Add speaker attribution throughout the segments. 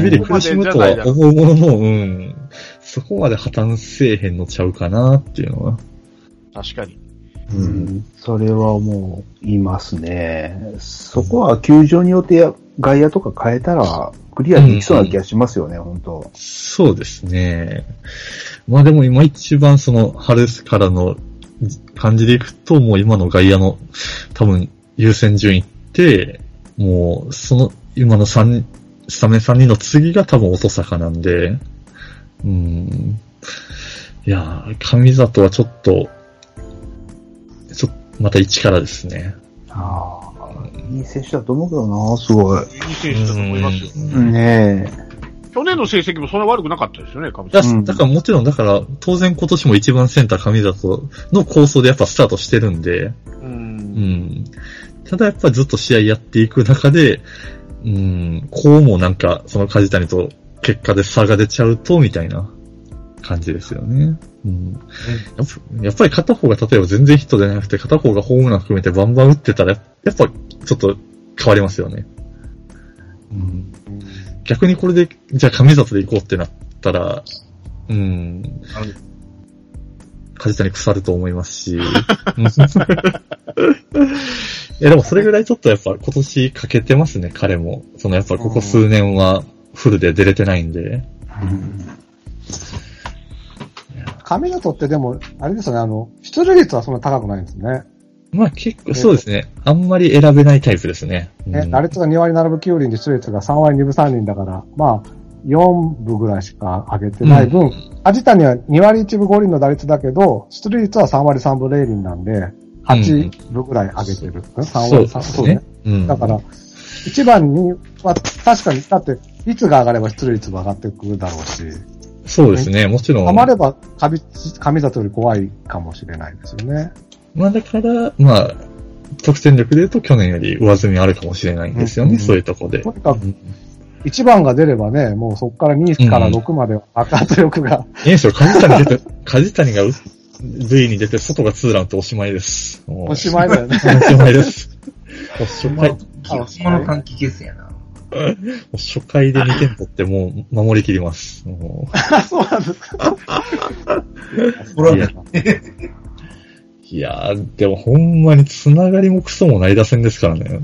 Speaker 1: 指で苦しむとは思うものの、うん。そこまで破綻せえへんのちゃうかなっていうのは。
Speaker 2: 確かに。
Speaker 3: う。ん、それはもう、いますね。そこは球場によってや外野とか変えたら、クリアできそうな気がしますよね、本当
Speaker 1: そうですね。まあでも今一番その春からの感じでいくと、もう今の外野の多分優先順位って、もうその今の三スタメン3人の次が多分乙坂なんで、うん。いやー、上里はちょっと、ちょっと、また一からですね。
Speaker 3: ああ、いい選手だと思うけどな、すごい。
Speaker 2: いい選手だと思いますよ。
Speaker 1: うん
Speaker 3: ね
Speaker 2: 去年の成績もそんな悪くなかったですよね、かぶ
Speaker 1: だ
Speaker 3: うん
Speaker 1: だからもちろん、だから、当然今年も一番センター上里の構想でやっぱスタートしてるんで、
Speaker 2: う。
Speaker 1: うんん。ただやっぱずっと試合やっていく中で、うん、こうもなんか、その梶谷と結果で差が出ちゃうと、みたいな感じですよね。うん。やっぱやっぱり片方が例えば全然ヒットじゃなくて、片方がホームラン含めてバンバン打ってたら、やっぱちょっと変わりますよね。うん。逆にこれで、じゃあ神里で行こうってなったら、うん
Speaker 2: あの。
Speaker 1: 梶谷腐ると思いますし。 うんいや、でもそれぐらいちょっとやっぱ今年欠けてますね、彼も。そのやっぱここ数年はフルで出れてないんで。
Speaker 4: 亀田とってでも、あれですよね、あの、出塁率はそんな高くないんですね。
Speaker 1: まあ結構そうですね。あんまり選べないタイプですね。
Speaker 4: ね、
Speaker 1: うん
Speaker 4: 打率が2割並ぶ9厘で出塁率が3割2分3厘だから、まあ、4分ぐらいしか上げてない分、
Speaker 1: う
Speaker 4: 梶谷は2割1分5厘の打率だけど、出塁率は3割3分0厘なんで、8分ぐらい上げてる。
Speaker 1: そ
Speaker 4: 3
Speaker 1: う
Speaker 4: 割
Speaker 1: で
Speaker 4: 3
Speaker 1: す
Speaker 4: 分、ね
Speaker 1: ね。。うん
Speaker 4: だから、1番には確かに、だって、率が上がれば出塁率も上がってくるだろうし、
Speaker 1: そうですね。もちろん。
Speaker 4: ハマれば上上里より怖いかもしれないですよね。
Speaker 1: まあだから、まあ、得点力で言うと去年より上積みあるかもしれないんですよね、
Speaker 4: うん
Speaker 1: そういうとこで。
Speaker 4: とにかく
Speaker 1: うん
Speaker 4: 1番が出ればね、もうそこから2から6まで爆 と力が、
Speaker 1: いいんですよ、梶谷出て、梶谷がう V に出て、外がツーランっておしまいです。もう
Speaker 4: おしまいだよね。
Speaker 1: おしまい です。もう初回、も
Speaker 5: 広島の短期決戦やな。
Speaker 1: う初回で2点取ってもう守りきります。もう
Speaker 4: あ、そうなんですか。
Speaker 5: 俺
Speaker 1: い や
Speaker 5: は、
Speaker 1: いやー、でもほんまに繋がりもクソもない打線ですからね。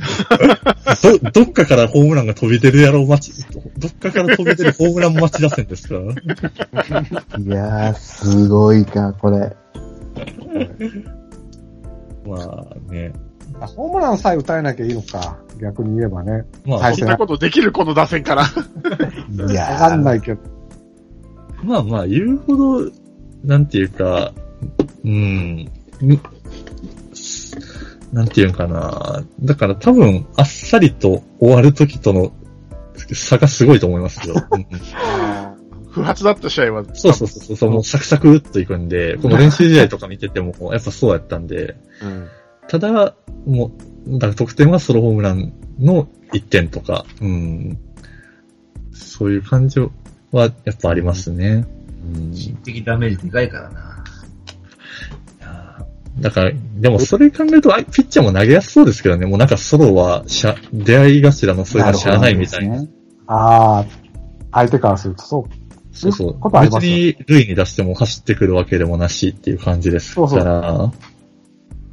Speaker 1: ど、どっかからホームランが飛び出るやろう待ち、どっかから飛び出るホームラン待ち打線ですから。
Speaker 3: え。いやー、すごいか、これ。
Speaker 1: まあね。
Speaker 4: あホームランさえ打たれなきゃいいのか。逆に言えばね。
Speaker 1: まあ、
Speaker 4: はい
Speaker 2: そんなことできる、この打線から。
Speaker 3: いや
Speaker 4: わかんないけど。
Speaker 1: まあまあ、言うほど、なんていうか、うん、みなんていうかな。だから多分、あっさりと終わるときとの差がすごいと思いますよ。うん
Speaker 2: 不発だった試合は。
Speaker 1: そうそうそうそう、もうサクサクっといくんで、この練習試合とか見てても、やっぱそうやったんで、
Speaker 2: うん。
Speaker 1: ただ、もう、だから得点はソロホームランの1点とか、うん。そういう感情はやっぱありますね。うん
Speaker 5: 心的ダメージでかいからな。
Speaker 1: だから、でもそれ考えると、あピッチャーも投げやすそうですけどね、もうなんかソロは、しゃ、出会い頭のそれが知らないみたいな。
Speaker 3: なるほどですね。
Speaker 4: ああ、相手からすると、そう。
Speaker 1: そうそ
Speaker 4: こ
Speaker 1: う。
Speaker 4: とあり
Speaker 1: 別
Speaker 4: ますよ
Speaker 1: に、塁に出しても走ってくるわけでもなしっていう感じですから。
Speaker 4: そう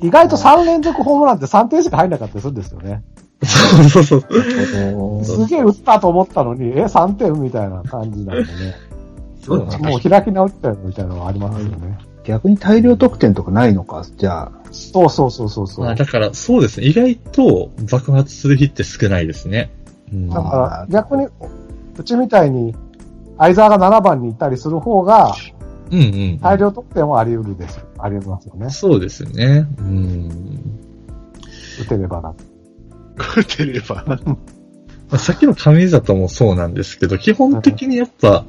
Speaker 4: 意外と3連続ホームランって3点しか入んなかったりするんですよね。
Speaker 1: そうそうそう。そう
Speaker 4: すげえ打ったと思ったのに、え、3点みたいな感じなんでね。
Speaker 1: そうなんだ
Speaker 4: もう開き直っちゃうみたいなのはありますよね。
Speaker 3: 逆に大量得点とかないのか、じゃあ。
Speaker 4: そうそうそうそうそう。
Speaker 1: まあ
Speaker 4: だ
Speaker 1: だから、そうですね。意外と爆発する日って少ないですね。うん。
Speaker 3: あ
Speaker 4: から逆に、うちみたいに、相沢が7番に行ったりする方が、
Speaker 1: うんうん。
Speaker 4: 大量得点はあり得るです。あり得ますよね。
Speaker 1: そうですね。うん。
Speaker 4: 打てればな。
Speaker 2: 打てれば。
Speaker 1: まあさっきの上里もそうなんですけど、基本的にやっぱ、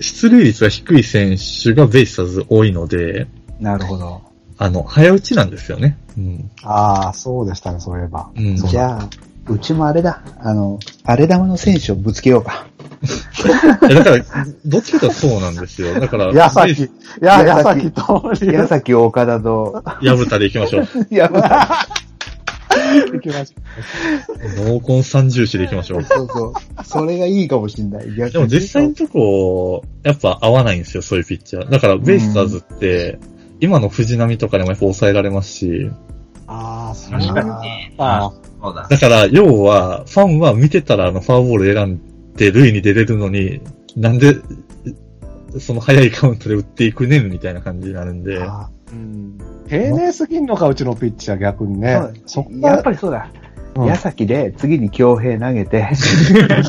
Speaker 1: 出塁率が低い選手がベイスターズ多いので、
Speaker 3: なるほど。
Speaker 1: あの、早打ちなんですよね。うん。
Speaker 4: ああ、そうでしたね、そういえば。
Speaker 1: うん。
Speaker 3: じゃあ、うちもあれだ。あの、荒れ玉の選手をぶつけようか。
Speaker 1: えだから、どっちかというとそうなんですよ。だから、
Speaker 4: 矢崎、いや、矢
Speaker 3: 矢崎
Speaker 4: 崎と、
Speaker 3: 矢崎岡田と、
Speaker 1: 矢蓋で行きましょう。
Speaker 3: いや、
Speaker 4: いきまし
Speaker 1: 濃紺三重視でいきましょう。
Speaker 3: そうそう。それがいいかもしんない。
Speaker 1: でも実際のとこ、やっぱ合わないんですよ、そういうピッチャー。だから、ベイスターズって、今の藤波とかでもやっぱ抑えられますし、
Speaker 4: ああ、そ
Speaker 5: 確か
Speaker 4: う
Speaker 5: にね。
Speaker 4: あ
Speaker 5: そうだ。
Speaker 1: だから、要は、ファンは見てたらあのファーボール選んで、塁に出れるのに、なんで、その早いカウントで打っていくねん、みたいな感じになるんで。
Speaker 3: あ
Speaker 2: うん。
Speaker 4: 丁寧すぎんのか、うちのピッチャー逆にね。
Speaker 3: そう
Speaker 4: そこ
Speaker 3: やっ
Speaker 4: が、
Speaker 3: ぱりそうだ。
Speaker 4: うん
Speaker 3: 矢先で次に強兵投げて、
Speaker 2: あ
Speaker 4: いやで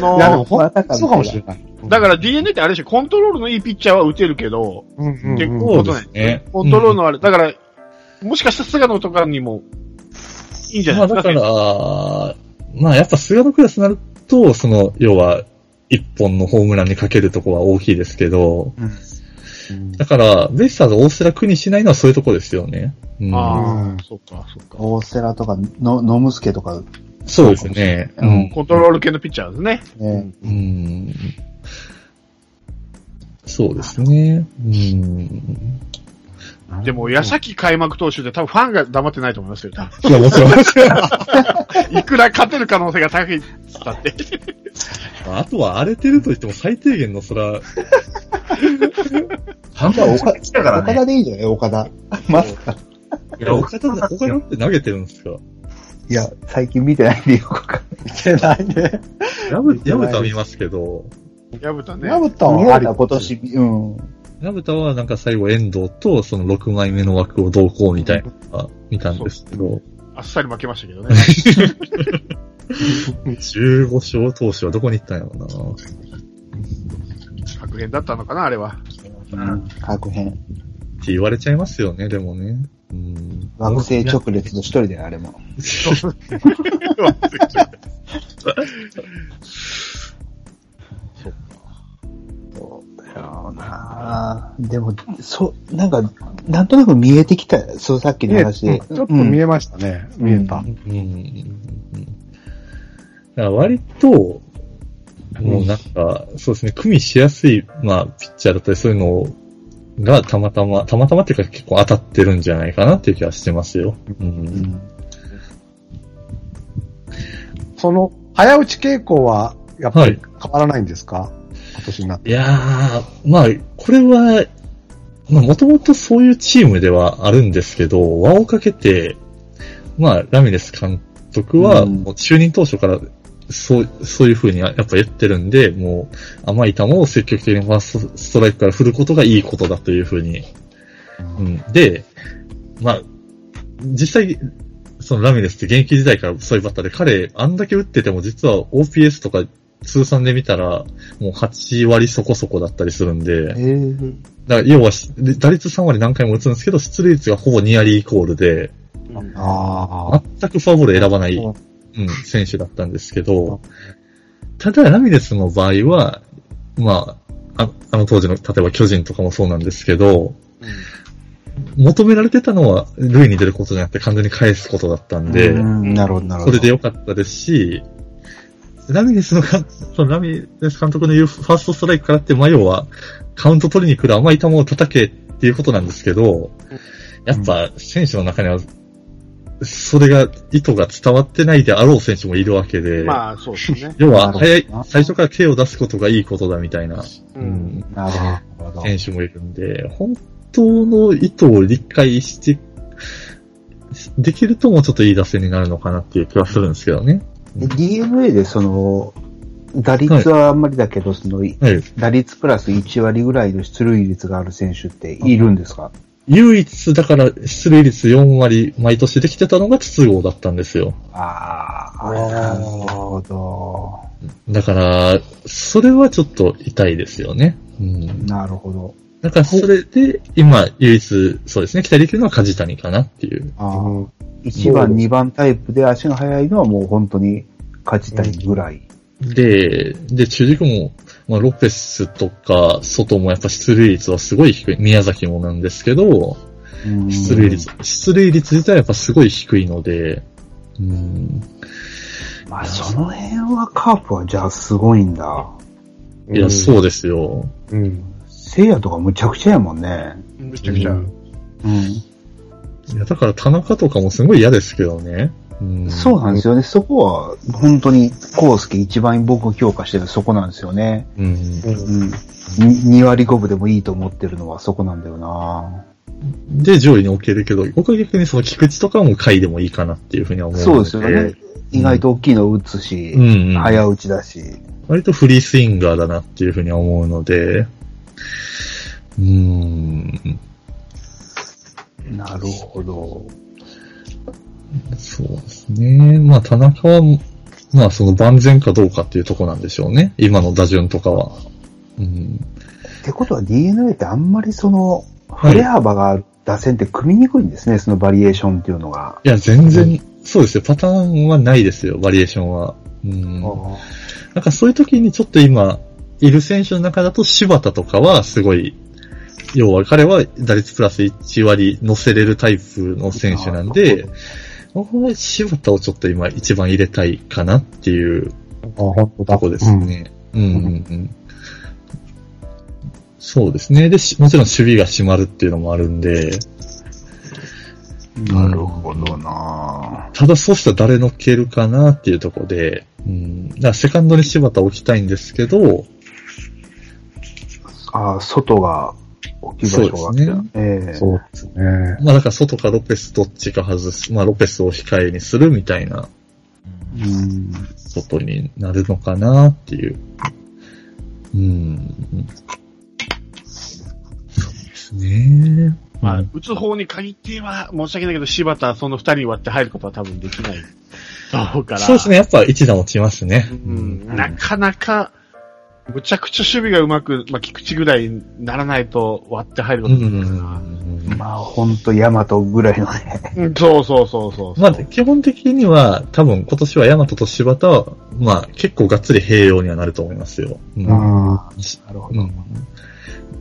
Speaker 2: の
Speaker 4: も本当にそうかもしれない。
Speaker 2: ー、だから DNA ってあれでしょ、コントロールのいいピッチャーは打てるけど、
Speaker 4: うんうんうん
Speaker 2: 結構
Speaker 1: そうですね。
Speaker 2: コントロール
Speaker 1: の
Speaker 2: のあれ、だから、もしかしたら菅野とかにも、いいんじゃ
Speaker 1: まあ
Speaker 2: な
Speaker 1: だ
Speaker 2: いで
Speaker 1: か
Speaker 2: すか。
Speaker 1: ら、まあやっぱ菅野クラスになると、その、要は、一本のホームランにかけるとこは大きいですけど、だから、ベイスターズ大瀬良苦にしないのはそういうとこですよね。うん、
Speaker 2: あ
Speaker 4: う
Speaker 2: あ
Speaker 4: ん、
Speaker 2: そっか、そっか。
Speaker 3: 大瀬良とか、の、のむすけとか、
Speaker 1: そうですね。
Speaker 3: う
Speaker 1: うん
Speaker 3: ん。
Speaker 2: コントロール系のピッチャーですね。
Speaker 3: ね、
Speaker 1: うん。そうですね。うん。
Speaker 2: でも、矢先開幕投手で多分ファンが黙ってないと思いますよ。多
Speaker 1: いや、もちろん。
Speaker 2: 分いくら勝てる可能性が高いっつったって。
Speaker 1: あとは荒れてると言っても最低限のそら、
Speaker 5: 半
Speaker 3: じゃあ、
Speaker 5: 分
Speaker 3: 岡
Speaker 5: 来たから
Speaker 3: 岡
Speaker 5: ね。
Speaker 3: 田でいいんじゃない岡田。まさか。
Speaker 1: い
Speaker 5: いや、
Speaker 1: や、
Speaker 5: 岡
Speaker 1: 岡
Speaker 5: 田
Speaker 1: 田、
Speaker 5: だ
Speaker 1: 岡田って投げてるんですか
Speaker 3: いや、最近見てないんでよくわかんない。
Speaker 4: いけない ね。
Speaker 1: ヤブ、ヤブタ見ますけど、
Speaker 2: 矢蓋ね。
Speaker 4: ヤブタ
Speaker 3: 宮
Speaker 4: は
Speaker 3: 原今年、うん。
Speaker 1: ヤブタはなんか最後遠藤とその6枚目の枠を同行みたいなのが見たんですけど、
Speaker 2: あっさり負けましたけどね。
Speaker 1: 15勝投手はどこに行ったんやろ
Speaker 2: 格言だったのかな、あれは。
Speaker 5: うん
Speaker 3: 各編。
Speaker 1: うなって言われちゃいますよね、でもね。うん。
Speaker 3: 惑星直列の一人であれも。そうだよなぁでも、そう、なんか、なんとなく見えてきた、そうさっきの
Speaker 4: ね
Speaker 3: 話
Speaker 4: ちょ
Speaker 3: で。
Speaker 4: っと見
Speaker 3: え、
Speaker 4: えましたね。見え た。
Speaker 1: うんうんうん。だから割と、もうなんか、そうですね、組みしやすい、まあ、ピッチャーだったり、そういうのがたまたま、たまたまっていうか結構当たってるんじゃないかなっていう気はしてますよ。う。
Speaker 3: うんん。
Speaker 4: その、早打ち傾向は、やっぱり変わらないんですか、今年になって。
Speaker 1: いやー、まあ、これは、まあ、もともとそういうチームではあるんですけど、輪をかけて、まあ、ラミレス監督は、
Speaker 3: うん
Speaker 1: もう就任当初から、そう、そういう風にやっぱ言ってるんで、もう、甘い球を積極的にファーストストライクから振ることがいいことだという風に。うん。で、まあ、実際、そのラミレスって現役時代からそういうバッターで、彼、あんだけ打ってても実は OPS とか通算で見たら、もう8割そこそこだったりするんで、
Speaker 3: えー
Speaker 1: だから要はし、で打率3割何回も打つんですけど、出塁率がほぼ2割イコールで、
Speaker 3: ああ。
Speaker 1: 全くフォアボール選ばない、
Speaker 3: う
Speaker 1: うんん、選手だったんですけど、ただラミレスの場合は、まあ、ああの当時の、例えば巨人とかもそうなんですけど、求められてたのは、塁に出ることじゃなくて完全に返すことだったんで、
Speaker 3: うんなるほど、なるほ
Speaker 1: それ
Speaker 3: ど。
Speaker 1: で良かったですし、ラミレスのか、 そのラミレス監督の言うファーストストライクからって、マヨはカウント取りに来る甘い球を叩けっていうことなんですけど、やっぱ選手の中には、それが意図が伝わってないであろう選手もいるわけで、
Speaker 2: まあ、そうですね。
Speaker 1: 要は早
Speaker 3: なる
Speaker 1: い
Speaker 3: ほどな、
Speaker 1: 最初から手を出すことがいいことだみたいな、
Speaker 2: う。
Speaker 1: うんん、
Speaker 3: なるほど。
Speaker 1: 選手もいるんで、本当の意図を理解して、できるともうちょっといい打線になるのかなっていう気はするんですけどね。
Speaker 3: で DMA でその、打率はあんまりだけど、その、
Speaker 1: はい。
Speaker 3: 打率プラス1割ぐらいの出塁率がある選手っているんですか
Speaker 1: 唯一、だから、出塁率4割毎年できてたのが筒香だったんですよ。
Speaker 3: ああ、なるほど。
Speaker 1: だから、それはちょっと痛いですよね。うん。
Speaker 3: なるほど。
Speaker 1: だから、それで、今、唯一、そうですね、期待できるのは梶谷かなっていう。
Speaker 3: あー1番、2番タイプで足が速いのはもう本当に勝ちたいぐらい。
Speaker 1: で、で、中軸も、まあ、ロペスとか、外もやっぱ出塁率はすごい低い。宮崎もなんですけど、
Speaker 3: うん
Speaker 1: 出塁率。、出塁率自体はやっぱすごい低いので、うん。
Speaker 3: まあその辺はカープはじゃあすごいんだ。
Speaker 1: いや、そうですよ。
Speaker 4: うん。
Speaker 3: 聖夜とかむちゃくちゃやもんね。
Speaker 2: めちゃくちゃ。
Speaker 3: うん。
Speaker 1: いや、だから田中とかもすごい嫌ですけどね。うん、
Speaker 3: そうなんですよね。そこは、本当に、コウスケ一番僕を評価してるそこなんですよね。
Speaker 1: うん。
Speaker 3: うん。2割5分でもいいと思ってるのはそこなんだよな
Speaker 1: で、上位に置けるけど、僕は逆にその菊池とかも下位でもいいかなっていうふうには思う
Speaker 3: そう
Speaker 1: の
Speaker 3: ですよね。。意外と大きいの打つし、
Speaker 1: うん、うん。
Speaker 3: 早打ちだし。
Speaker 1: 割とフリースインガーだなっていうふうには思うので、うーん、
Speaker 3: なるほど。
Speaker 1: そうですね。まあ、田中は、まあ、その万全かどうかっていうとこなんでしょうね。今の打順とかは。うん、
Speaker 3: ってことは DNA ってあんまりその、
Speaker 1: は
Speaker 3: 振
Speaker 1: い。
Speaker 3: れ
Speaker 1: い
Speaker 3: 幅がある打線って組みにくいんですね、そのバリエーションっていうのが。
Speaker 1: や、全然、そうですよ。パターンはないですよ、バリエーションは。うん、なんかそういう時にちょっと今、いる選手の中だと柴田とかはすごい、要は彼は打率プラス1割乗せれるタイプの選手なんで、僕は柴田をちょっと今一番入れたいかなっていう
Speaker 4: あ、本当だ。
Speaker 1: とこですね。うん、うん、うん。そうですね。で、しもちろん守備が締まるっていうのもあるんで、なるほど
Speaker 3: な
Speaker 1: ただそうしたら誰乗っけるかなっていうところで、うん。だからセカンドに柴田を置きたいんですけど、
Speaker 3: ああ、外が、置き場所があって
Speaker 1: そう
Speaker 3: ええ
Speaker 4: そうですね。
Speaker 1: まあだから外かロペスどっちか外す、まあロペスを控えにするみたいな
Speaker 3: うん
Speaker 1: ことになるのかなっていう。うん。そうですね。
Speaker 2: まあ、打つ方に限っては、申し訳ないけど、柴田、その二人に割って入ることは多分できない。そうから。
Speaker 1: そうですね。やっぱ一段落ちますね。
Speaker 2: うん。なかなか、むちゃくちゃ守備がうまく、まあ、菊池ぐらいにならないと割って入るこ
Speaker 1: う
Speaker 2: と
Speaker 1: ん。
Speaker 2: に
Speaker 1: う
Speaker 2: なんる
Speaker 1: う
Speaker 2: か
Speaker 1: ん
Speaker 3: まあ、ほんと、ヤマトぐらいのね。
Speaker 2: ら。うん、そうそうそうそう。
Speaker 1: まあ基本的には多分今年はヤマトと柴田は、まあ結構がっつり併用にはなると思いますよ。うん
Speaker 3: ああ、なるほ
Speaker 1: う
Speaker 3: ど。
Speaker 1: ん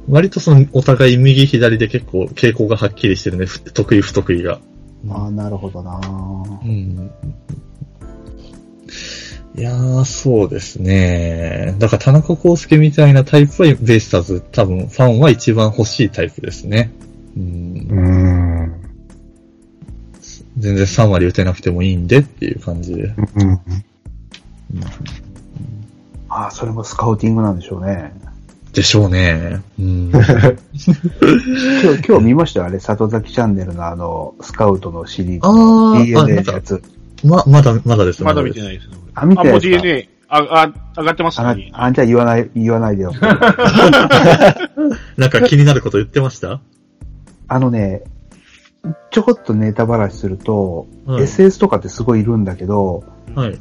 Speaker 1: 割とそのお互い右左で結構傾向がはっきりしてるね。ふ得意不得意が。
Speaker 3: ああ、なるほどな
Speaker 1: うんいやー、そうですね。だから田中康介みたいなタイプはベイスターズ多分ファンは一番欲しいタイプですね。うん
Speaker 4: う、ん。うん。
Speaker 1: 全然3割打てなくてもいいんでっていう感じで。
Speaker 3: ああ、それもスカウティングなんでしょうね。
Speaker 1: でしょうね。うん、
Speaker 3: 今日、今日見ましたよ、あれ、里崎チャンネルのあの、スカウトのシリーズ。
Speaker 1: あー
Speaker 3: DNA
Speaker 1: あ
Speaker 3: の
Speaker 1: なんか
Speaker 3: やつ。
Speaker 1: ま、まだ、まだです
Speaker 2: まだ見て
Speaker 1: い。
Speaker 2: ないですね。俺
Speaker 3: あ見てない
Speaker 2: あ、もう
Speaker 3: ですか
Speaker 2: DNA、あ、あ、上がってます
Speaker 3: あ
Speaker 2: ね。
Speaker 3: あ、じゃあ言わない、言わな いでよ。
Speaker 1: なんか気になること言ってました
Speaker 3: あのね、ちょこっとネタばらしすると、
Speaker 1: はい
Speaker 3: SS とかってすごいいるんだけど、
Speaker 1: はい。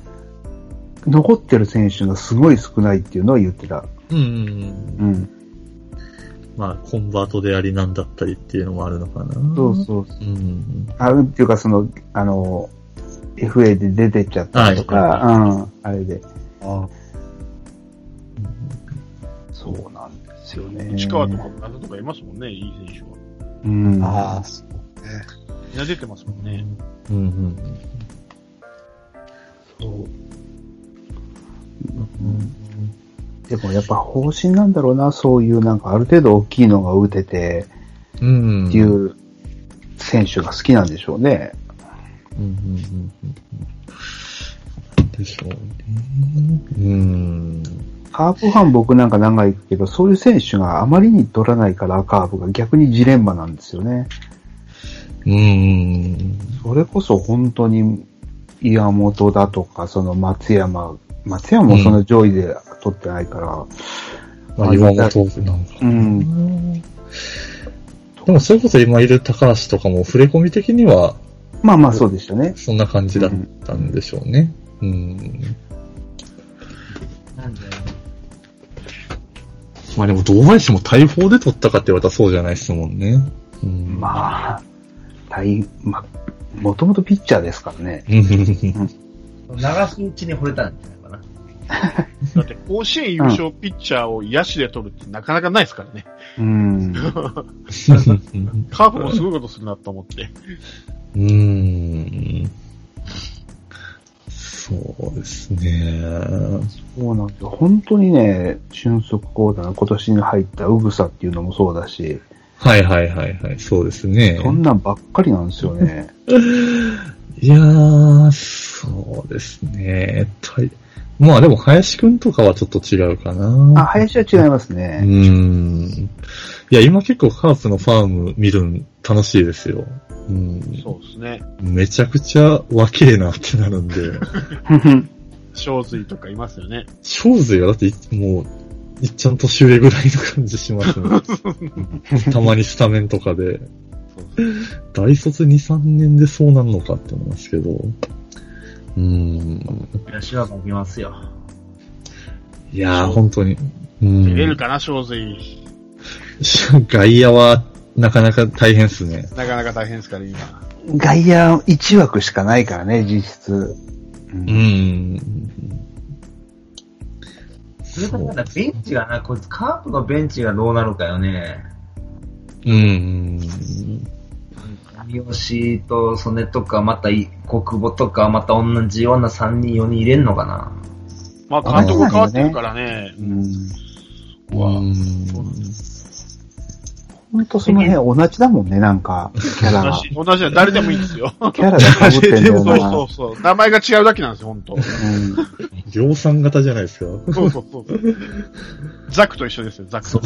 Speaker 3: 残ってる選手がすごい少ないっていうのは言ってた。
Speaker 1: うんうんうん。
Speaker 3: うん。
Speaker 1: まあ、コンバートでありなんだったりっていうのもあるのかな。
Speaker 3: そうそう。
Speaker 1: うんうん。
Speaker 3: あるっていうか、その、あの、FA で出てっちゃったりとか、うん、あれで。
Speaker 1: あ
Speaker 3: そうなんですよね。
Speaker 2: 市川とか、あのとかいますもんね、いい選手は。
Speaker 3: うん。
Speaker 4: ああ、
Speaker 2: みんな出てますもんね。
Speaker 1: うんうん。
Speaker 3: でもやっぱ方針なんだろうな、そういうなんかある程度大きいのが打てて
Speaker 1: うん。
Speaker 3: っていう選手が好きなんでしょうね。
Speaker 1: うんうんうんうん。でしょうね。うん。
Speaker 3: カーブファン僕なんか長いけど、そういう選手があまりに取らないからカーブが逆にジレンマなんですよね。
Speaker 1: うん。
Speaker 3: それこそ本当に岩本だとか、その松山、松山もその上位で取ってないから、
Speaker 1: まあ、岩本なんか。
Speaker 3: うん。
Speaker 1: でも、それこそ今いる高橋とかも、触れ込み的には、
Speaker 3: まあまあそうでしたね。
Speaker 1: そんな感じだったんでしょうね。うん。
Speaker 5: なんだよ。
Speaker 1: まあでも、堂林も大砲で取ったかって言われたらそうじゃないですもんね。うん。あ。
Speaker 3: まあ、大、まあ、もともとピッチャーですからね。
Speaker 5: 流すうちに惚れたんじゃないか
Speaker 2: だ
Speaker 5: な。
Speaker 2: って、甲子園優勝ピッチャーを野手で取るってなかなかないですからね。
Speaker 3: うん。
Speaker 2: カープもすごいことするなと思って。
Speaker 1: うーんそうですね。
Speaker 3: そうなんですよ。本当にね、俊足コーダー、今年に入ったウグサっていうのもそうだし、
Speaker 1: はいはいはいはい、そうですね。
Speaker 3: そんなんばっかりなんですよね。
Speaker 1: いやー、そうですね。大まあでも、林くんとかはちょっと違うかな。
Speaker 3: あ、林は違います
Speaker 1: う
Speaker 3: ね。
Speaker 1: ーん。いや、今結構カープのファーム見るん楽しいですよ。うん。
Speaker 2: そうですね。
Speaker 1: めちゃくちゃ若えなってなるんで。
Speaker 2: 小水とかいますよね。
Speaker 1: 小勢がだってい、もう、いっちゃん年上ぐらいの感じしますね。たまにスタメンとかで。
Speaker 2: そう
Speaker 1: 大卒2、3年でそうなんのかって思いますけど。うーん。
Speaker 5: 私は負けますよ。
Speaker 1: いやー、本当に。うん。
Speaker 2: 出れるかな、小水。
Speaker 1: 外野は、なかなか大変っすね。
Speaker 2: なかなか大変ですから、今。
Speaker 3: 外野1枠しかないからね、実質。うん
Speaker 1: うん。
Speaker 5: それからまだベンチがな、こいつカープのベンチがどうなるかよね。
Speaker 1: うん。
Speaker 5: 三好と曽根とか、またい小久保とか、また同じような3人、4人入れんのかな。
Speaker 2: まあ、
Speaker 3: あ
Speaker 2: 監督変わってるからね。
Speaker 3: うん
Speaker 1: うん。
Speaker 3: ほんとその辺同じだもんね、なん か、キャラ
Speaker 2: 同
Speaker 3: が。
Speaker 2: じ、同じな誰でもいいん ですよ。
Speaker 3: キャラが被ってんだ
Speaker 2: そ
Speaker 3: よ
Speaker 2: う
Speaker 3: な。
Speaker 2: そうそう。名前が違うだけなんですよ、本当。
Speaker 3: うん
Speaker 1: 量産型じゃないですか。
Speaker 2: そうそうそう。ザクと一緒ですよ、ザクと。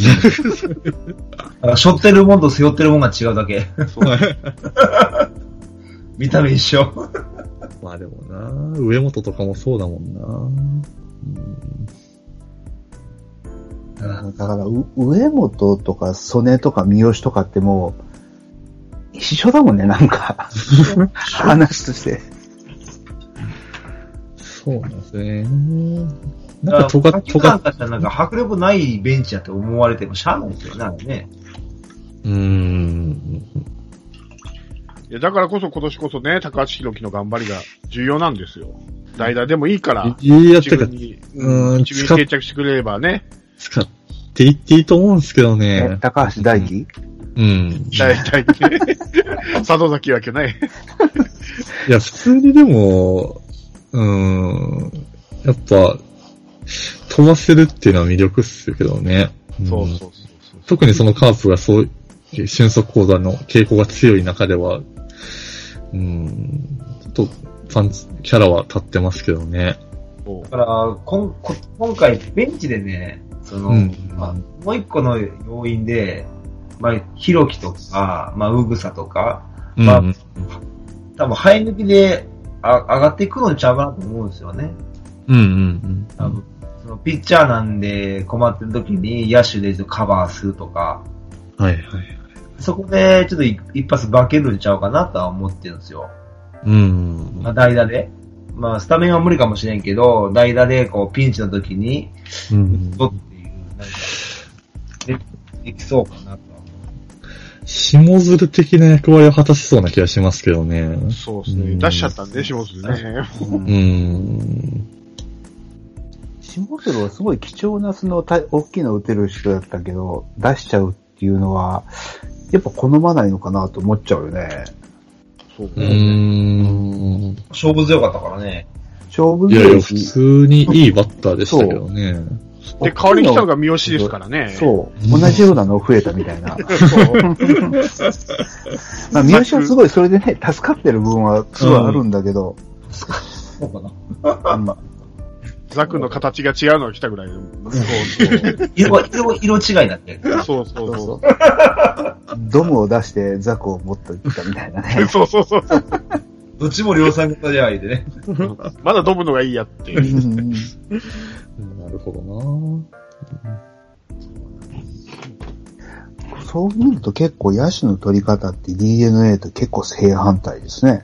Speaker 5: あ背負ってるもんと背負ってるもんが違うだけ。
Speaker 1: はい
Speaker 5: 見た目一緒。
Speaker 1: まあでもな、上本とかもそうだもんな。うん
Speaker 3: だから、う上本とか曽根とか三好とかってもう、一緒だもんね、なんか。話として。
Speaker 1: そうなんですね。なんか、とが、と
Speaker 5: なん
Speaker 1: が、
Speaker 5: かなんか迫力ないベンチやって思われてもしゃあないですよね、あれね。
Speaker 1: うん。
Speaker 2: いや、だからこそ今年こそね、高橋宏樹の頑張りが重要なんですよ。代打でもいいから、
Speaker 1: いや、
Speaker 2: 一
Speaker 1: てか
Speaker 2: 軍、に、
Speaker 1: うーん
Speaker 2: 一軍に定着してくれればね、
Speaker 1: 使っていっていいと思うんですけど
Speaker 3: え
Speaker 1: ね。
Speaker 3: 高橋大輝
Speaker 1: うん。
Speaker 2: 大 体ね、佐藤崎わけない。
Speaker 1: いや、普通にでも、うーん、やっぱ、飛ばせるっていうのは魅力っすけどね。ん
Speaker 2: そうそうそうそう。
Speaker 1: 特にそのカープがそう、俊足講座の傾向が強い中では、うーん、ちょっと、パンチ、キャラは立ってますけどね。
Speaker 2: そう
Speaker 5: だから、こんこ今回、ベンチでね、その、
Speaker 1: うん
Speaker 5: まあ、もう一個の要因で、まあ、ひろきとか、まあ、うぐさとか、
Speaker 1: うん。
Speaker 5: まあ多分生え抜きであ上がっていくのにちゃうかなと思うんですよね。
Speaker 1: うんうん
Speaker 5: 多分、そのピッチャーなんで困ってる時に野手でちょっとカバーするとか、
Speaker 1: うん。はいはい。
Speaker 5: そこでちょっと一一発化けるんちゃうかなとは思ってるんですよ。
Speaker 1: うん
Speaker 5: まあ、。代打で。まあ、スタメンは無理かもしれんけど、代打でこうピンチの時に、
Speaker 1: うん
Speaker 5: どっていう、なんか、でできそうかなとは思
Speaker 1: 下鶴的な役割を果たしそうな気がしますけどね。
Speaker 2: そうで
Speaker 1: う
Speaker 2: すね。
Speaker 1: ん
Speaker 2: 出しちゃったんで、下津ね。
Speaker 1: うーん。
Speaker 3: 下鶴はすごい貴重なその大大きいの打てる人だったけど、出しちゃうっていうのは、やっぱ好まないのかなと思っちゃうよね。
Speaker 2: そう
Speaker 1: うーん。
Speaker 5: う。勝負強かったからね。
Speaker 3: 勝負
Speaker 1: いやい
Speaker 3: 強
Speaker 1: や、
Speaker 3: い
Speaker 1: 普
Speaker 3: し、
Speaker 1: 通にいいバッターでしたけどね。
Speaker 2: で、代わりに来たのが三好ですからね。
Speaker 3: そう、同じようなの増えたみたいな。まあ、三好はすごいそれでね、 助かってる部分はすごいあるんだけど、
Speaker 5: そうかな。
Speaker 3: うん
Speaker 2: ザクの形が違うのが来たぐらいの。
Speaker 5: 色、色、色違いだっけ
Speaker 2: そうそうそう。
Speaker 3: ドムを出してザクを持ってきたみたいなね。
Speaker 2: そうそう そう。
Speaker 5: どっちも量産型じゃないでね。
Speaker 2: まだドムのがいいやって。
Speaker 3: うん
Speaker 1: なるほど
Speaker 3: そう見ると結構野手の取り方って DNA と結構正反対ですね。
Speaker 1: な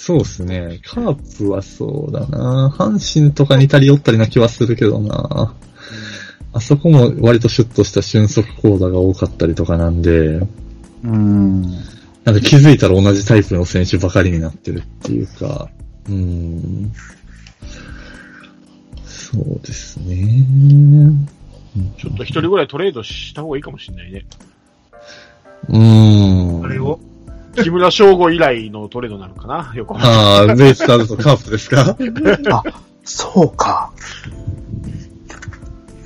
Speaker 1: そうですね。カープはそうだな阪神とかにたり寄ったりな気はするけどなあそこも割とシュッとした俊足講座が多かったりとかなんで、
Speaker 3: うん。
Speaker 1: なんか気づいたら同じタイプの選手ばかりになってるっていうか、うーん。そうですね。
Speaker 2: ちょっと一人ぐらいトレードした方がいいかもしれないね。
Speaker 1: うーん。
Speaker 5: あれを
Speaker 2: 木村翔吾以来のトレードなのかな横浜。
Speaker 1: ああ、ベイスターズとカープですか
Speaker 3: あ、そうか。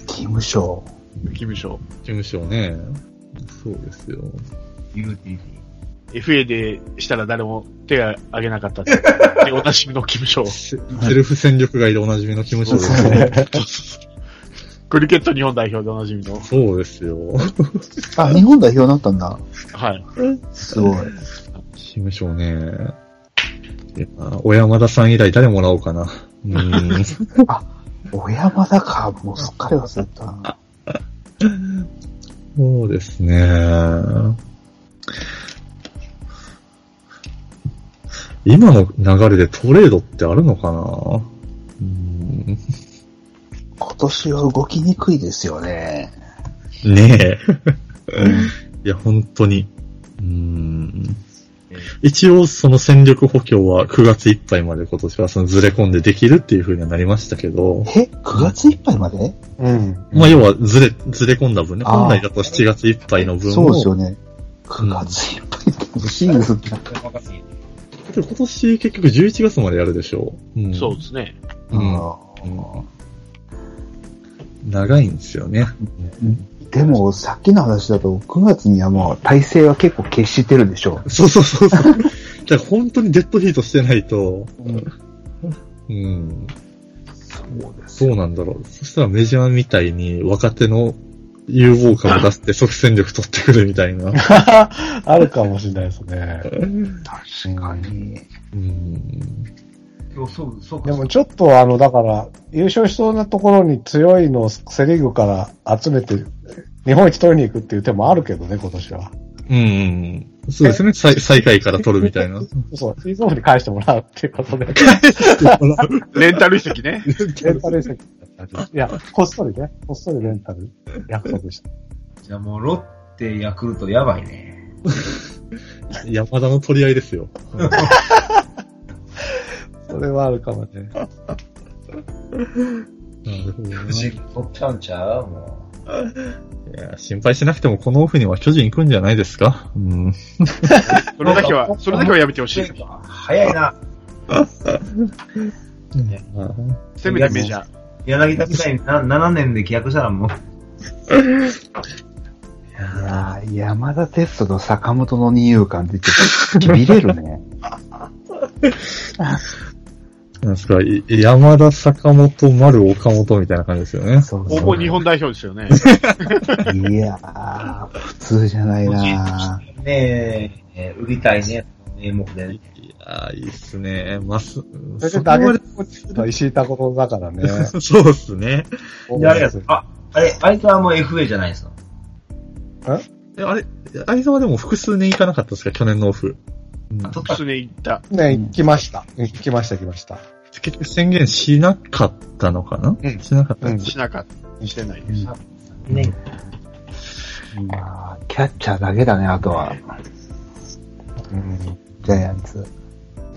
Speaker 3: キムショ
Speaker 2: キムショー
Speaker 1: 事務所ね。そうですよ。
Speaker 5: UTD。
Speaker 2: FA でしたら誰も手が挙げなかった っていうおなじみのキム・ショー。
Speaker 1: セセルフ戦力外でおなじみの気持ちですね。
Speaker 2: クリケット日本代表でおなじみの。
Speaker 1: そうですよ。
Speaker 3: あ、日本代表になったんだ。
Speaker 2: はい。
Speaker 3: すごい。
Speaker 1: キムショーね。いや小山田さん以来誰もらおうかな。うーん。
Speaker 3: 小山田か、もうすっかり忘れてたな。
Speaker 1: そうですね。今の流れでトレードってあるのかなうーん
Speaker 3: 今年は動きにくいですよね。
Speaker 1: ね え。いや、本当に。うーん一応、その戦力補強は9月いっぱいまで今年はそのずれ込んでできるっていう風にはなりましたけど、
Speaker 3: え ?9 月いっぱいまで
Speaker 4: うん。
Speaker 1: まあ要はずれ、ずれ込んだ分ね、
Speaker 3: あー
Speaker 1: 本来だと7月いっぱいの分を、
Speaker 3: そうですよね。9月いっぱいって欲しいですね。
Speaker 1: でも今年結局11月までやるでしょう。うん
Speaker 2: そうですね。
Speaker 1: うん長いんですよね。
Speaker 3: でも、さっきの話だと、9月にはもう体制は結構決してるでしょう。
Speaker 1: そうそうそう そう。だから本当にデッドヒートしてないと、うん、
Speaker 3: そうで
Speaker 1: どうなんだろう。そしたらメジャーみたいに若手の有望感を出して即戦力取ってくるみたい な。
Speaker 4: あるかもしれないですね。
Speaker 3: 確かに。
Speaker 1: うん、
Speaker 5: そう、そうか。
Speaker 4: でもちょっとあの、だから、優勝しそうなところに強いのをセリーグから集めて、日本一取りに行くっていう手もあるけどね、今年は。
Speaker 1: うん、そうです ね。最最下位から取るみたい な。
Speaker 4: そう、シーズンオフに返してもらうっていう ことで。
Speaker 2: レンタル移籍ね。
Speaker 4: レンタル移籍いや、こっそりね、こっそりレンタル約束した。
Speaker 5: じゃあもうロッテ、ヤクルトやばいね。
Speaker 1: 山田の取り合いですよ。
Speaker 4: それはあるかもね。
Speaker 1: なるほどな
Speaker 5: 富士取っちゃうんちゃうも
Speaker 1: いや心配しなくてもこのオフには巨人行くんじゃないですかうん。
Speaker 2: それだけは、それだけはやめてほしい。
Speaker 5: う。早いな。
Speaker 2: せめてメジャー。
Speaker 5: 柳田みたいにな7年で契約したらもう、
Speaker 3: いやー山田哲人と坂本の二遊間でちょっと見れる ね。
Speaker 1: なんですか、い山田、坂本、丸、岡本みたいな感じですよね。
Speaker 3: そう
Speaker 2: 高
Speaker 3: そ
Speaker 2: 校
Speaker 3: う。い
Speaker 2: 日本代表ですよね。
Speaker 3: やー、普通じゃないな
Speaker 5: ねえ、売りたいね、名目でね。
Speaker 1: いやーいいっすね。ます、
Speaker 4: それで
Speaker 1: そこ
Speaker 4: 打
Speaker 1: まで
Speaker 4: 撃コーチの石井誠だから ね。
Speaker 1: そうっすね。
Speaker 5: いや、あれやつあ、あれ、相手はもう FA じゃないですか。
Speaker 1: えあれ、相沢でも複数年行かなかったですか去年のオフ。うん
Speaker 5: あ、と
Speaker 2: 特殊で行った。
Speaker 4: ね、行きました。行きました、行きました。
Speaker 1: 結局宣言しなかったのかな、
Speaker 4: うん
Speaker 1: しなかった。
Speaker 4: うん
Speaker 2: しなかった。してないです。
Speaker 5: ね。
Speaker 3: まあ、キャッチャーだけだね、あとは。ジャイアンツ。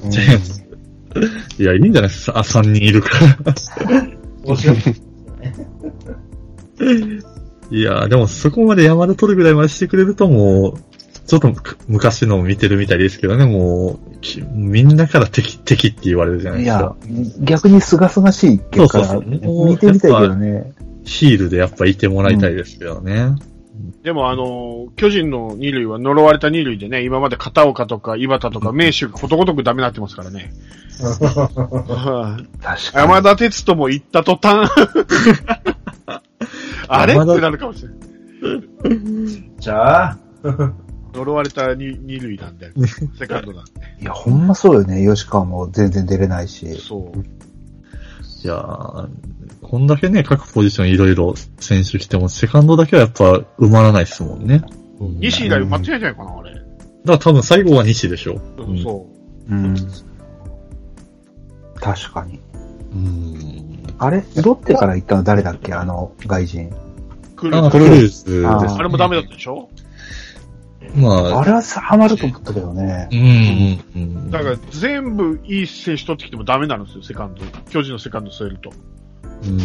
Speaker 1: ジャイアンツいや、いいんじゃないですかあ、3人いるから。
Speaker 5: 面白い。
Speaker 1: いやーでもそこまで山田取るぐらいまでしてくれるともう、ちょっとく昔のを見てるみたいですけどね、もう、きみんなから敵、敵って言われるじゃない
Speaker 3: い
Speaker 1: です
Speaker 3: や
Speaker 1: か。、
Speaker 3: 逆にすがすがしい結果
Speaker 1: そうそうそう
Speaker 3: 見てみたいけどね。
Speaker 1: ヒールでやっぱいてもらいたいですけどね。
Speaker 2: でもあの、巨人の二塁は呪われた二塁でね、今まで片岡とか井端とか名手がことごとくダメになってますか らね。
Speaker 3: 確かに。
Speaker 2: 山田哲人も行った途 端、あれって
Speaker 1: 山田
Speaker 2: なるかもしれない。
Speaker 5: じゃあ、
Speaker 2: 呪われた二二塁なんで、セカンドなんで。
Speaker 3: いや、ほんまそうよね。吉川も全然出れないし。
Speaker 2: そう。
Speaker 1: いやーこんだけね、各ポジションいろいろ選手来ても、セカンドだけはやっぱ埋まらないですもんね。
Speaker 2: 西以外間違いじゃないかな、あれ。
Speaker 1: だから多分最後は西でしょう。ん
Speaker 2: そ
Speaker 3: うん。確かに。
Speaker 1: うん。
Speaker 3: あれロッテから行ったの誰だっけあの、外人。
Speaker 2: う。来る。
Speaker 1: あ、クルーズですね。
Speaker 3: あー
Speaker 2: あれもダメだったでしょ
Speaker 1: ま
Speaker 3: あ
Speaker 1: あ、
Speaker 3: れはハマると思ったけどね
Speaker 1: う。ん、うん、うん。
Speaker 2: だから全部いい選手取ってきてもダメになるんですよ、セカンド。巨人のセカンド据えると。
Speaker 1: うん。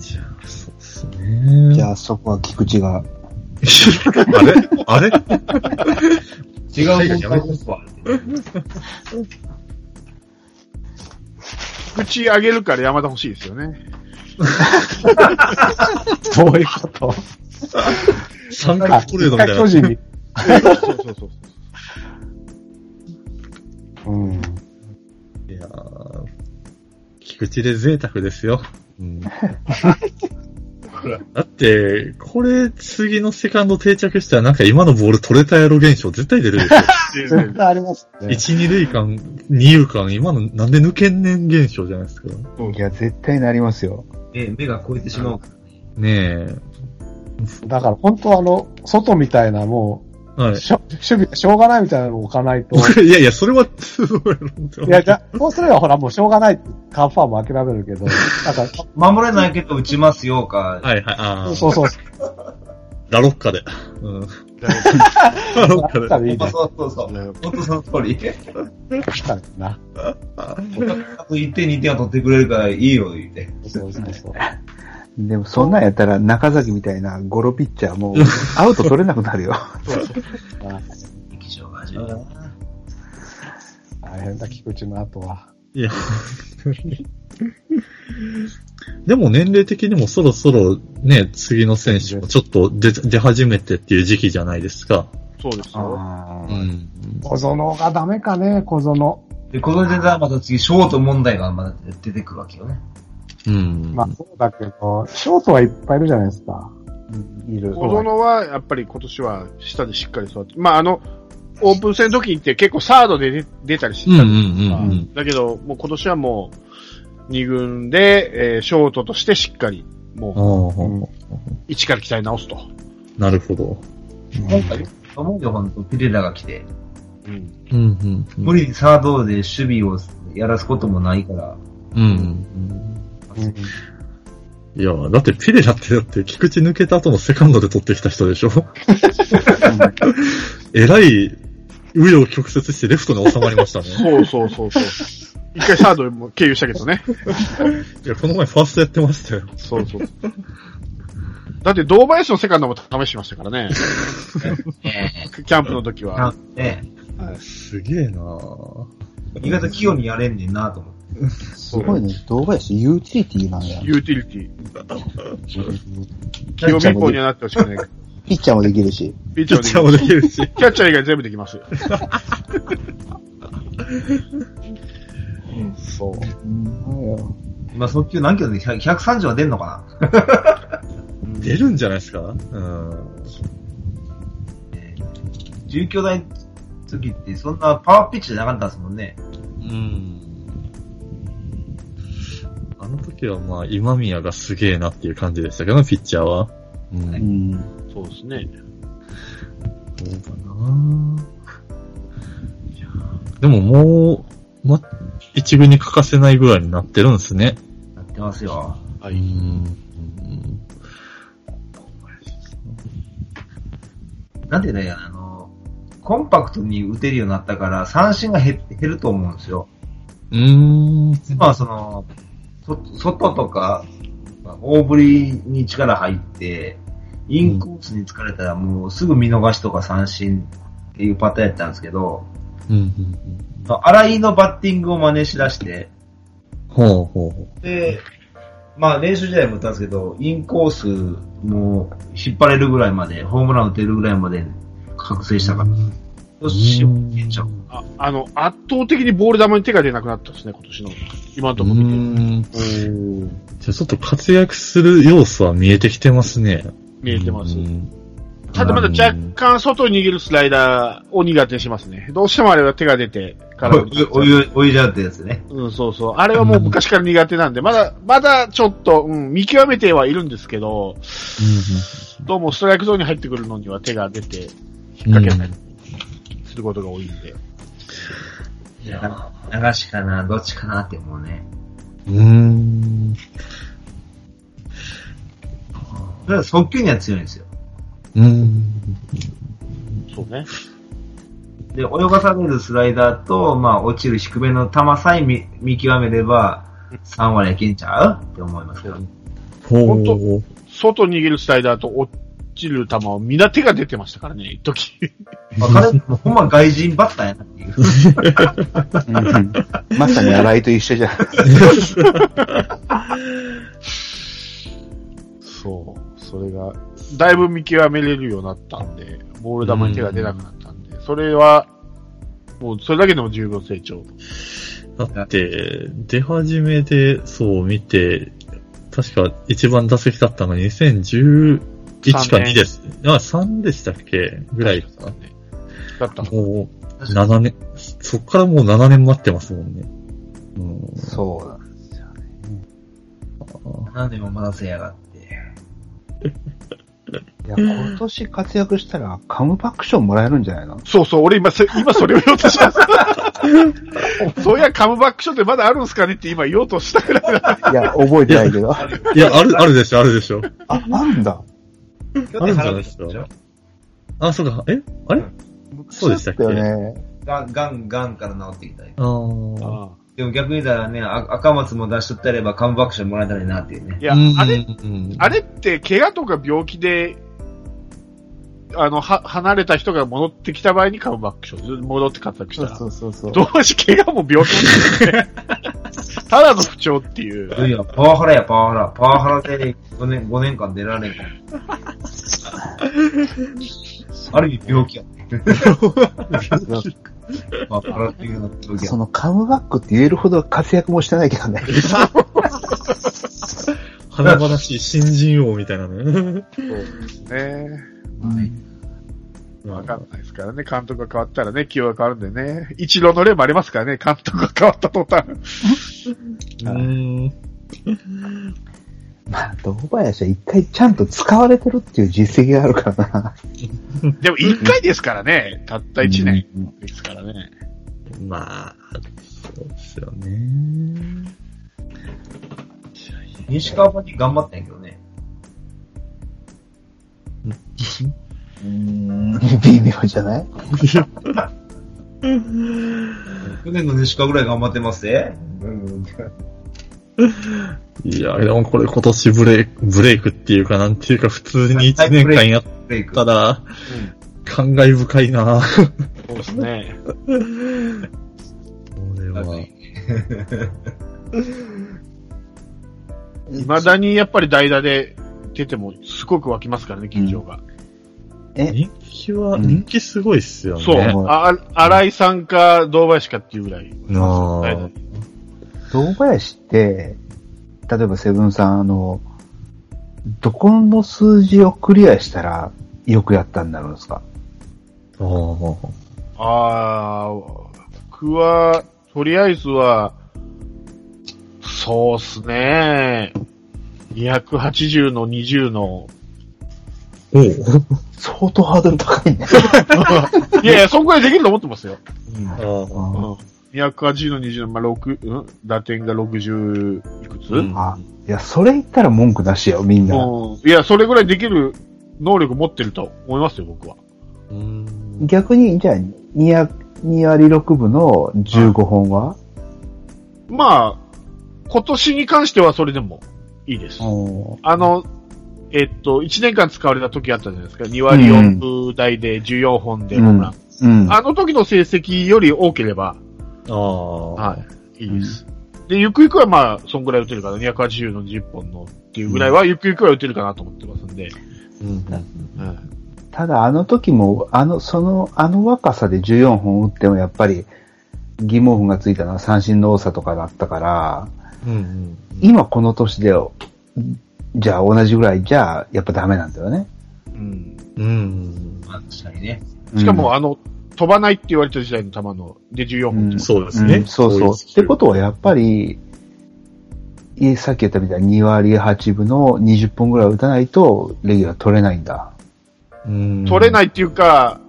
Speaker 1: じゃあ、そうですね。
Speaker 3: じゃあそこは菊池が。
Speaker 1: あれあれ
Speaker 5: 違う方向ですわ。
Speaker 2: 口上げるから山田欲しいですよね。
Speaker 4: どういうこと
Speaker 1: 三角トレードみたいな。
Speaker 4: 巨人に。
Speaker 2: そうそうそう。
Speaker 4: うん。
Speaker 1: いやー菊池で贅沢ですよ。 うん、だって、これ、次のセカンド定着したら、なんか今のボール取れたやろ現象絶対出るでしょ。
Speaker 4: 絶対ありますね。
Speaker 1: 1、2塁間、2遊間、今のなんで抜けんねん現象じゃないですか。
Speaker 3: いや、絶対なりますよ。
Speaker 5: 目目が超えてしまう。
Speaker 1: ね
Speaker 4: だから本当あの、外みたいなも
Speaker 1: え。は
Speaker 4: う、しょ守備がしょうがないみたいなのを置かな いと。
Speaker 1: い。いやいや、それは、そうやろ
Speaker 4: いや、じゃあそうすればほらもうしょうがないってカンファーも諦め るけど、なんか、
Speaker 5: 守れないけど打ちますよ
Speaker 1: は
Speaker 5: か。
Speaker 1: いはい、ああ、
Speaker 4: そうそう、
Speaker 1: ラロッカで。うん。ラロッカで。
Speaker 4: たらいいね。
Speaker 5: そうそうそう。本当その通り。
Speaker 4: したらいいな。
Speaker 5: あと1点2点は取ってくれるからいいよ、言うて。
Speaker 4: そうそうそう。
Speaker 3: でも、そんなんやったら、中崎みたいなゴロピッチャ ーもう、アウト取れなくなるよ。
Speaker 5: 劇場が始まる。
Speaker 4: 大変だ、菊池の後は。
Speaker 1: いや、でも年齢的にもそろそろね、次の選手もちょっと出、出始めてっていう時期じゃないですか。
Speaker 2: そうですよ。
Speaker 3: あ
Speaker 1: う
Speaker 3: ー
Speaker 1: ん。
Speaker 4: 小園がダメかね、小園。
Speaker 5: で、このネタはまた次、ショート問題がまだ出てくるわけよね。
Speaker 1: うん。
Speaker 4: まあそうだけど、ショートはいっぱいいるじゃないですか。
Speaker 3: いる。
Speaker 2: 小園は、やっぱり今年は、下でしっかり座って、まあ、あの、オープン戦の時って結構サードで出出たりして
Speaker 1: うんう
Speaker 2: た
Speaker 1: ん
Speaker 2: んです
Speaker 1: う
Speaker 2: が、
Speaker 1: んうん。
Speaker 2: だけど、もう今年はもう、二軍で、えーショートとしてしっかり、
Speaker 1: あ
Speaker 2: もう、
Speaker 1: あ、
Speaker 2: 一から鍛え直すと。
Speaker 1: なるほど。
Speaker 5: 今回、思うよ、ほんと。ピレラが来て。
Speaker 2: うん。
Speaker 1: うんうんうん。
Speaker 5: 無理にサードで守備をやらすこともないから。
Speaker 1: うんうん
Speaker 4: うん
Speaker 1: うん。いや、だってピレラってだって菊池抜けた後のセカンドで取ってきた人でしょえらい、上を曲折してレフトに収まりましたね。
Speaker 2: そうそうそうそう。一回サードも経由したけどね。
Speaker 1: いや、この前ファーストやってましたよ。
Speaker 2: そうそう。だって、堂林のセカンドも試しましたからね。キャンプの時
Speaker 5: な
Speaker 2: は。
Speaker 5: んね、
Speaker 1: すげえなぁ。
Speaker 5: 意外と器用にやれんねんなと思って。
Speaker 3: すごいね。動画やし、ユーティリティなんや。
Speaker 2: ユーティリティ。
Speaker 3: キャッ
Speaker 2: 清
Speaker 3: チャ
Speaker 2: 美
Speaker 3: ーも
Speaker 2: 法
Speaker 3: で
Speaker 2: にはなってほしくない。
Speaker 3: ピッチャーもできるし。
Speaker 2: ピッ
Speaker 1: ピ
Speaker 2: チャ
Speaker 1: ッ
Speaker 2: ー
Speaker 1: チャーも
Speaker 2: もで
Speaker 1: で
Speaker 2: き
Speaker 1: き
Speaker 2: る
Speaker 1: るし。
Speaker 2: キャッチャー以外全部できます。そう。
Speaker 5: まあ、速球何キロで100 130は出んのか
Speaker 1: 出るんじゃないですかうん。
Speaker 5: な ?19 キロ台の時ってそんなパワーピッチじゃなかったですもんね。
Speaker 1: うん。あの時はまあ、今宮がすげえなっていう感じでしたけどね、ピッチャーは。うん。
Speaker 5: はい
Speaker 3: うん。
Speaker 2: そうですね。
Speaker 1: どうかないやでももう、ま、一軍に欠かせないぐらいになってるんですね。
Speaker 5: やってますよ。
Speaker 2: は
Speaker 1: う
Speaker 2: い。
Speaker 1: ん。
Speaker 5: なんでね、あの、コンパクトに打てるようになったから、三振が減って減ると思うんですよ。
Speaker 1: うーん。
Speaker 5: 今はその、そ外とか、まあ大振りに力入って、インコースに疲れたらもうすぐ見逃しとか三振っていうパターンやったんですけど、
Speaker 1: うんうんうん。
Speaker 5: 荒井のバッティングを真似しだして、
Speaker 1: ほうほうほ
Speaker 5: で、まあ練習試合も打ったんですけど、インコースも引っ張れるぐらいまで、ホームラン打てるぐらいまで覚醒したから、よし、いっちゃおう。
Speaker 2: ああの、圧倒的にボール球に手が出なくなったですね、今年の。今の
Speaker 1: う。う
Speaker 2: ところ見て。
Speaker 1: ーん。じゃあちょっと活躍する要素は見えてきてますね。
Speaker 2: 見えてます
Speaker 1: う。ん
Speaker 2: ただまだ若干外に逃げるスライダーを苦手にしますね。どうしてもあれは手が出てから。
Speaker 5: お湯、お湯じゃうってやつね。
Speaker 2: うん、そうそう。あれはもう昔から苦手なんで、まだ、まだちょっと、うん、見極めてはいるんですけど、どうもストライクゾーンに入ってくるのには手が出て、引っ掛けたりすることが多いんで。
Speaker 5: いや、流しかな、どっちかなって思うね。
Speaker 1: うーん。
Speaker 5: だから速球には強いんですよ。
Speaker 1: うーん。
Speaker 2: そうね。
Speaker 5: で、泳がされるスライダーと、まあ、落ちる低めの球さえ見見極めれば、3割いけんちゃうって思いますけど。
Speaker 1: ほ
Speaker 2: 本当
Speaker 1: う。
Speaker 2: 外に逃げるスライダーと落ちる球を皆手が出てましたからね、一時。
Speaker 5: まあ、彼もほんま外人バッターやなっていう。
Speaker 3: まさに荒井と一緒じゃん。
Speaker 2: そう。それが、だいぶ見極めれるようになったんで、ボール球に手が出なくなったんで、それは、もうそれだけでも十分成長。
Speaker 1: だって、出始めで、そう見て、確か一番打席だったのが2011か2です。あ、3でしたっけぐらい
Speaker 2: だ
Speaker 1: か。
Speaker 2: ったの。
Speaker 1: もう、7年、そっからもう7年待ってますもんね。うん。
Speaker 3: そうなんですよね。
Speaker 5: 7年もまだせやがって。
Speaker 3: いや、今年活躍したらカムバック賞もらえるんじゃないの
Speaker 2: そうそう、俺今せ、今それを言おうとした。そういや、カムバックショーってまだあるんすかねって今言おうとしたぐらいだった。
Speaker 3: いや、覚えてないけど。あ、
Speaker 1: いや、ある、あるでしょ、あるでしょ。
Speaker 3: あるんだ。
Speaker 1: あるんじゃないですかあ、そうか、えあれそうでしたっけ
Speaker 3: だよね。
Speaker 5: ガン、ガン、ガンから治ってきたり。
Speaker 1: あー
Speaker 5: でも逆に言ったらね、あ赤松も出しとったればカムバックしてもらえたらいいなっていうね
Speaker 2: い。や
Speaker 1: うん、
Speaker 2: あれ、
Speaker 1: うん
Speaker 2: あれって怪我とか病気で、あの、は、離れた人が戻ってきた場合にカムバックショー、戻って活躍し
Speaker 3: そ
Speaker 2: た
Speaker 3: う
Speaker 2: ら
Speaker 3: そ。うそうそう。
Speaker 2: どうし怪我も病気もね ただの不調っていう。
Speaker 5: いや、パワハラや、パワハラ。パワハラで5年、5年間出られんから。ある意味病気やね。パワハラっていうのは病気や
Speaker 3: そ。のカムバックって言えるほど活躍もしてないけどね。
Speaker 1: 華々しい新人王みたいなね。
Speaker 2: ねわか
Speaker 1: あ
Speaker 2: んないですからね。監督が変わったらね、気温が変わるんでね。一郎の例もありますからね、監督が変わった途端。
Speaker 1: うん。
Speaker 3: まあ、堂林は一回ちゃんと使われてるっていう実績があるからな。
Speaker 2: でも一回ですからね、たった一年ですからね。
Speaker 1: まあ、そうですよね。
Speaker 5: 西川パティ頑張ったんやけどね。
Speaker 3: うーん、微妙じゃない
Speaker 5: 去年の西川ぐらい頑張ってますね。うん。
Speaker 1: いや、でもこれ今年ブレイク、ブレイクっていうかなんていうか普通に1年間やっ
Speaker 5: ブレイク。
Speaker 1: たら、感慨深いなぁ。
Speaker 2: そうですね。
Speaker 1: これは。
Speaker 2: 未だにやっぱり代打で出てもすごく湧きますからね、球場が。
Speaker 3: え、
Speaker 1: 人気は、
Speaker 3: うん
Speaker 1: 人気すごいっすよね。
Speaker 2: そう。あ、新井さんか、堂林かっていうぐらい。
Speaker 1: なあ
Speaker 2: 代打で
Speaker 3: 堂林って、例えばセブンさん、あの、どこの数字をクリアしたらよくやったんだろうんですか
Speaker 1: あー
Speaker 2: ああ、僕は、とりあえずは、そうっすね。280の20の。
Speaker 1: おう。
Speaker 3: 相当ハードル高いね。
Speaker 2: いやいや、そんぐらいできると思ってますよ。
Speaker 1: あー
Speaker 2: うん。280の20の、まあ、6、うん打点が60いくつ、
Speaker 1: うん
Speaker 3: あ、いや、それ言ったら文句なしよ、みんな。
Speaker 2: うん。いや、それぐらいできる能力持ってると思いますよ、僕は。
Speaker 1: うん。
Speaker 3: 逆に、じゃあ、2割2割6分の15本は、
Speaker 2: まあ、今年に関してはそれでもいいです。
Speaker 3: おー
Speaker 2: あの、えっと、1年間使われた時あったじゃないですか。2割4分台で14本でホームラン。
Speaker 3: うん。
Speaker 2: あの時の成績より多ければ、
Speaker 1: ああ。
Speaker 2: い、いいです。で、ゆくゆくはまあ、そんぐらい打てるかな。280の10本のっていうぐらいは、ゆくゆくは打てるかなと思ってますんで。
Speaker 1: うん。
Speaker 2: うん。
Speaker 3: ただ、あの時も、あの、その、あの若さで14本打っても、やっぱり、疑問符がついたのは三振の多さとかだったから、
Speaker 1: うん。
Speaker 3: 今この年で、じゃあ同じぐらいじゃ、やっぱダメなんだよね。
Speaker 2: うん。
Speaker 1: うん。
Speaker 5: まあ確かにね。
Speaker 2: しかも、
Speaker 3: うん、
Speaker 2: あの、飛ばないって言われた時代の球の、で14本。
Speaker 3: うん
Speaker 1: そうですね。
Speaker 3: うんそうそう。ってことは、やっぱり、いさっき言ったみたいに2割8分の20本ぐらい打たないと、レギュラー取れないんだ。
Speaker 1: うん。。
Speaker 2: 取れないいっていうか、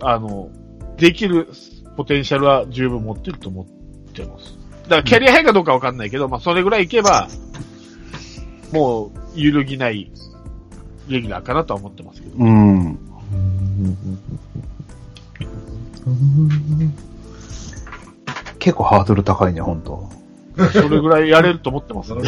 Speaker 2: あの、できるポテンシャルは十分持ってると思ってます。だからキャリアハイかどうかわかんないけど、まあそれぐらいいけば、もう揺るぎないレギュラーかなとは思ってますけど。
Speaker 3: うん。結構ハードル高いね、本当
Speaker 2: それぐらいやれると思ってます ね。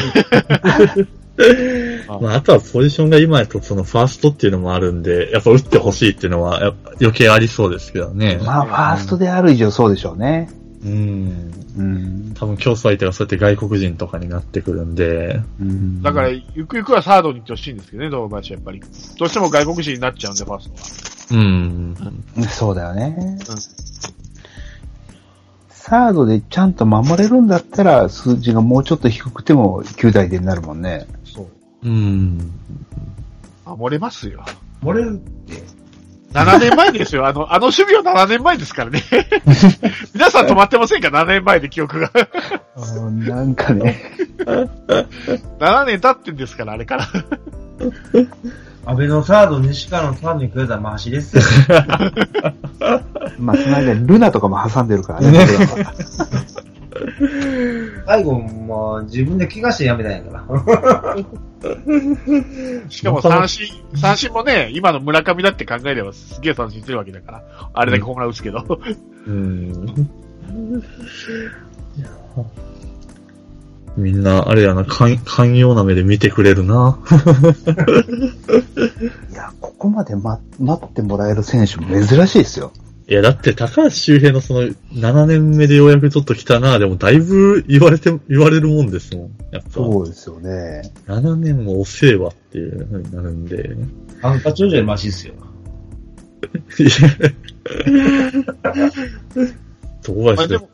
Speaker 1: まあ、あとはポジションが今やとそのファーストっていうのもあるんで、やっぱ打ってほしいっていうのはやっぱ余計ありそうですけどね。
Speaker 3: まあ、ファーストである以上そうでしょうね。
Speaker 1: うん。
Speaker 3: うん。
Speaker 1: 多分競争相手がそうやって外国人とかになってくるんで、
Speaker 3: うん
Speaker 2: だから、ゆくゆくはサードに行ってほしいんですけどね、堂林はやっぱり。どうしても外国人になっちゃうんで、ファーストは。
Speaker 1: うん。
Speaker 3: そうだよね。サードでちゃんと守れるんだったら、数字がもうちょっと低くても9台でになるもんね。
Speaker 2: そう。
Speaker 1: うん。
Speaker 2: 守れますよ。
Speaker 5: 俺、うん、
Speaker 2: 7年前ですよ。あの、あの守備は7年前ですから ね。皆さん止まってませんか ?7 年前で記憶が。
Speaker 3: なんかね、
Speaker 2: 7年経ってんですから、あれから。
Speaker 5: 安倍のサード、西川のサードに比べたらマシですよ。
Speaker 3: まあ、その間にルナとかも挟んでるからね。
Speaker 5: 最後、もう自分で怪我してやめたんやから。
Speaker 2: しかも三振、三振もね、今の村上だって考えればすげえ三振してるわけだから。あれだけホームラン打つけど。
Speaker 1: うん。みんな、あれやな、寛寛容な目で見てくれるな。
Speaker 3: いや、ここまで、ま、待ってもらえる選手も珍しいですよ。
Speaker 1: いや、だって高橋周平のその7年目でようやくちょっと来たな、でもだいぶ言われて、言われるもんですもん。やっぱ、
Speaker 3: そうですよね。
Speaker 1: 7年も遅えわっていう風になるんで。
Speaker 5: ハンカチョジよりマシですよ。
Speaker 1: いやどうや
Speaker 2: まあ
Speaker 1: し
Speaker 2: で
Speaker 1: て
Speaker 2: も、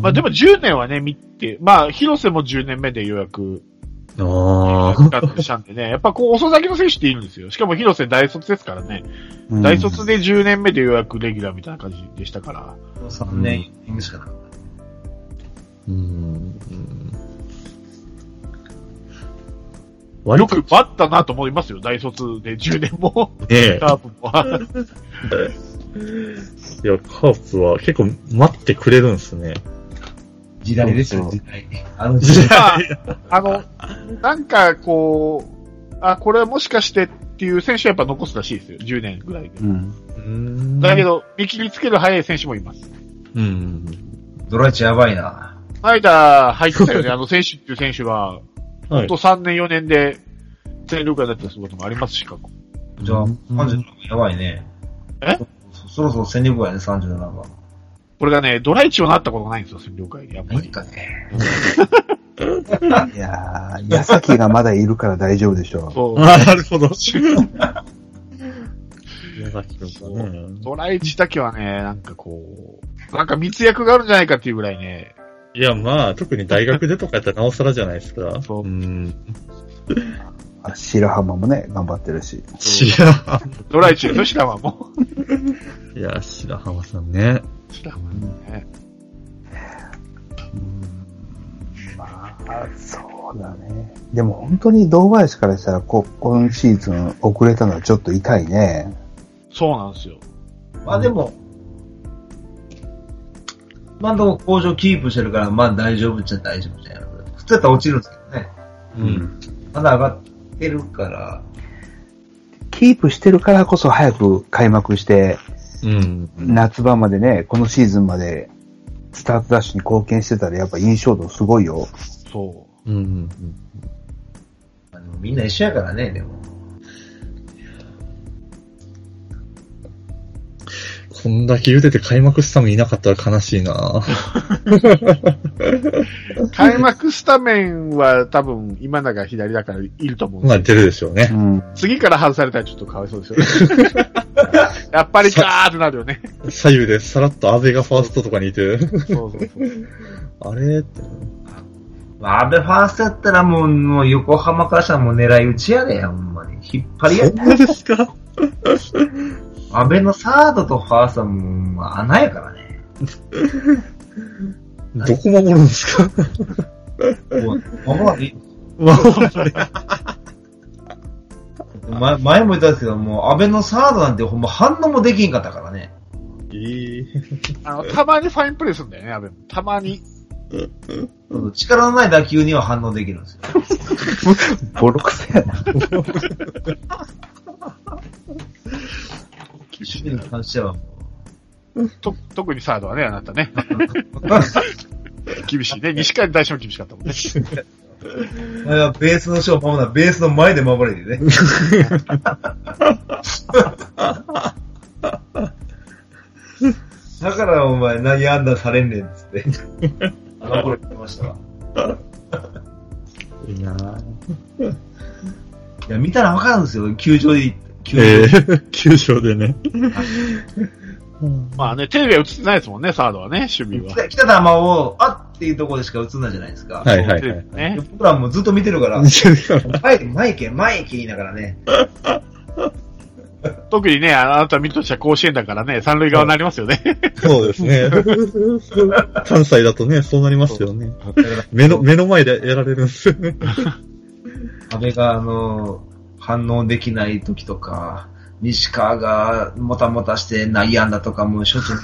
Speaker 2: まあでも10年はね、見て、まあ、広瀬も10年目でようやく、
Speaker 1: あ
Speaker 2: 復活したんでね、やっぱこう、遅咲きの選手っているんですよ。しかも広瀬大卒ですからね。大卒で10年目でようやくレギュラーみたいな感じでしたから。
Speaker 5: 3年、4年しかなかった。
Speaker 1: うん。
Speaker 2: よ
Speaker 1: 割と
Speaker 2: くバッタなと思いますよ、大卒で10年も。
Speaker 1: ね、
Speaker 2: カープも。
Speaker 1: いや、カープは結構待ってくれるんですね。
Speaker 5: 時代ですよ、
Speaker 3: そうそ
Speaker 5: 時代。あの時
Speaker 2: ま
Speaker 5: 代。
Speaker 2: あ、あの、なんかこう、あ、これもしかしてっていう選手はやっぱ残すらしいですよ、10年ぐらいで。
Speaker 3: うん。
Speaker 2: だけど、見切りつける早い選手もいます。
Speaker 1: うん。
Speaker 5: ドラチやばいな。
Speaker 2: この間入ってたよね、あの選手っていう選手は、
Speaker 1: は
Speaker 2: ほんと3年4年で、全力になってたこともありますし、過去。
Speaker 5: じゃあ、
Speaker 1: うん
Speaker 5: 37やばいね。
Speaker 2: え
Speaker 5: そそろそろ戦力外ね、37番。
Speaker 2: これがね、ドライチをなったことがないんですよ、戦力外で、やっぱ
Speaker 5: いい
Speaker 2: り。
Speaker 5: かね。
Speaker 3: いやー、矢崎がまだいるから大丈夫でしょう。
Speaker 2: そう。
Speaker 1: ああ、なるほど。宮崎君がね。
Speaker 2: ドライチだけはね、なんかこう、なんか密約があるんじゃないかっていうぐらいね、
Speaker 1: いや、まあ、特に大学でとかやったらなおさらじゃないですか。。
Speaker 2: そうん
Speaker 3: あ白浜もね、頑張ってるし。
Speaker 1: 白浜。
Speaker 2: ドライチ、吉田はもう。
Speaker 1: いや、白浜さんね。
Speaker 2: 吉田はね。
Speaker 3: まあ、そうだね。でも本当に堂林からしたら、こ、今シーズン遅れたのはちょっと痛いね。
Speaker 2: そうなんですよ。
Speaker 5: まあでも、まあでも工場キープしてるから、まあ大丈夫っちゃ大丈夫じゃないの。普通だったら落ちるんですけどね。
Speaker 1: うん。
Speaker 5: まだ上がってるから、
Speaker 3: キープしてるからこそ早く開幕して、
Speaker 1: うん。
Speaker 3: 夏場までね、このシーズンまで、スタートダッシュに貢献してたら、やっぱ印象度すごいよ。
Speaker 2: そう。
Speaker 1: うん。
Speaker 5: まあでもみんな一緒やからね、でも。
Speaker 1: こんだけ茹でて開幕スタメンいなかったら悲しいな
Speaker 2: 開幕スタメンは多分今永左だからいると思うん
Speaker 1: ま
Speaker 2: で
Speaker 1: あ、出るでしょうね
Speaker 3: う。ん。
Speaker 2: 次から外されたらちょっとかわいそうですよね。 やっぱりかーってなるよね。
Speaker 1: 左右でさらっと安倍がファーストとかにいて、
Speaker 2: そうそうそう。
Speaker 1: あれって。
Speaker 5: まあ、安倍ファーストやったらもう、もう横浜からしたらもう狙い撃ちやで、ほんまに。引っ張りや。
Speaker 1: そんなですか
Speaker 5: 安倍のサードとファーストはもう、まあ穴やからね。
Speaker 1: どこ守るんですか
Speaker 5: もう、まもなく 前前も言ったんですけど、もう安倍のサードなんてほんま反応もできんかったからね。
Speaker 1: いい。
Speaker 2: あの、たまにファインプレーするんだよね、阿部も。たまに。
Speaker 5: 力のない打球には反応できるんですよ。
Speaker 3: ボロクソやな。
Speaker 5: 守備に関してはも
Speaker 2: と、特にサードはね、あなたね。厳しいね。西川に対しても厳しかったもんね。
Speaker 5: う、前はベースの後ろを守らない、ベースの前で守れ てね。だからお前何安打されんねんっつって。あの頃言ってましたわ。
Speaker 1: いいなぁ。
Speaker 5: いや、見たらわかるんですよ。球場で、球場
Speaker 1: ええ
Speaker 5: で。
Speaker 1: ー、球場でね。
Speaker 2: まあね、テレビは映ってないですもんね、サードはね、守備
Speaker 5: 来
Speaker 2: は。
Speaker 5: た来た球を、あっっていうところでしか映んないじゃないですか。
Speaker 1: はいはい
Speaker 2: テレ
Speaker 1: はい。
Speaker 2: ビね。
Speaker 5: 僕らもずっと見て るから、前、前行け、前行け言いながらね。
Speaker 2: 特にね、あなた見るとしたら甲子園だからね、三塁側になりますよね。
Speaker 1: そうですね。関西だとね、そうなりますよね。
Speaker 5: だから
Speaker 1: 目の、目の前でやられるんですよね。
Speaker 5: 安倍が、あの、反応できない時とか、西川がもたもたして内野安打とかもしょっちゅう。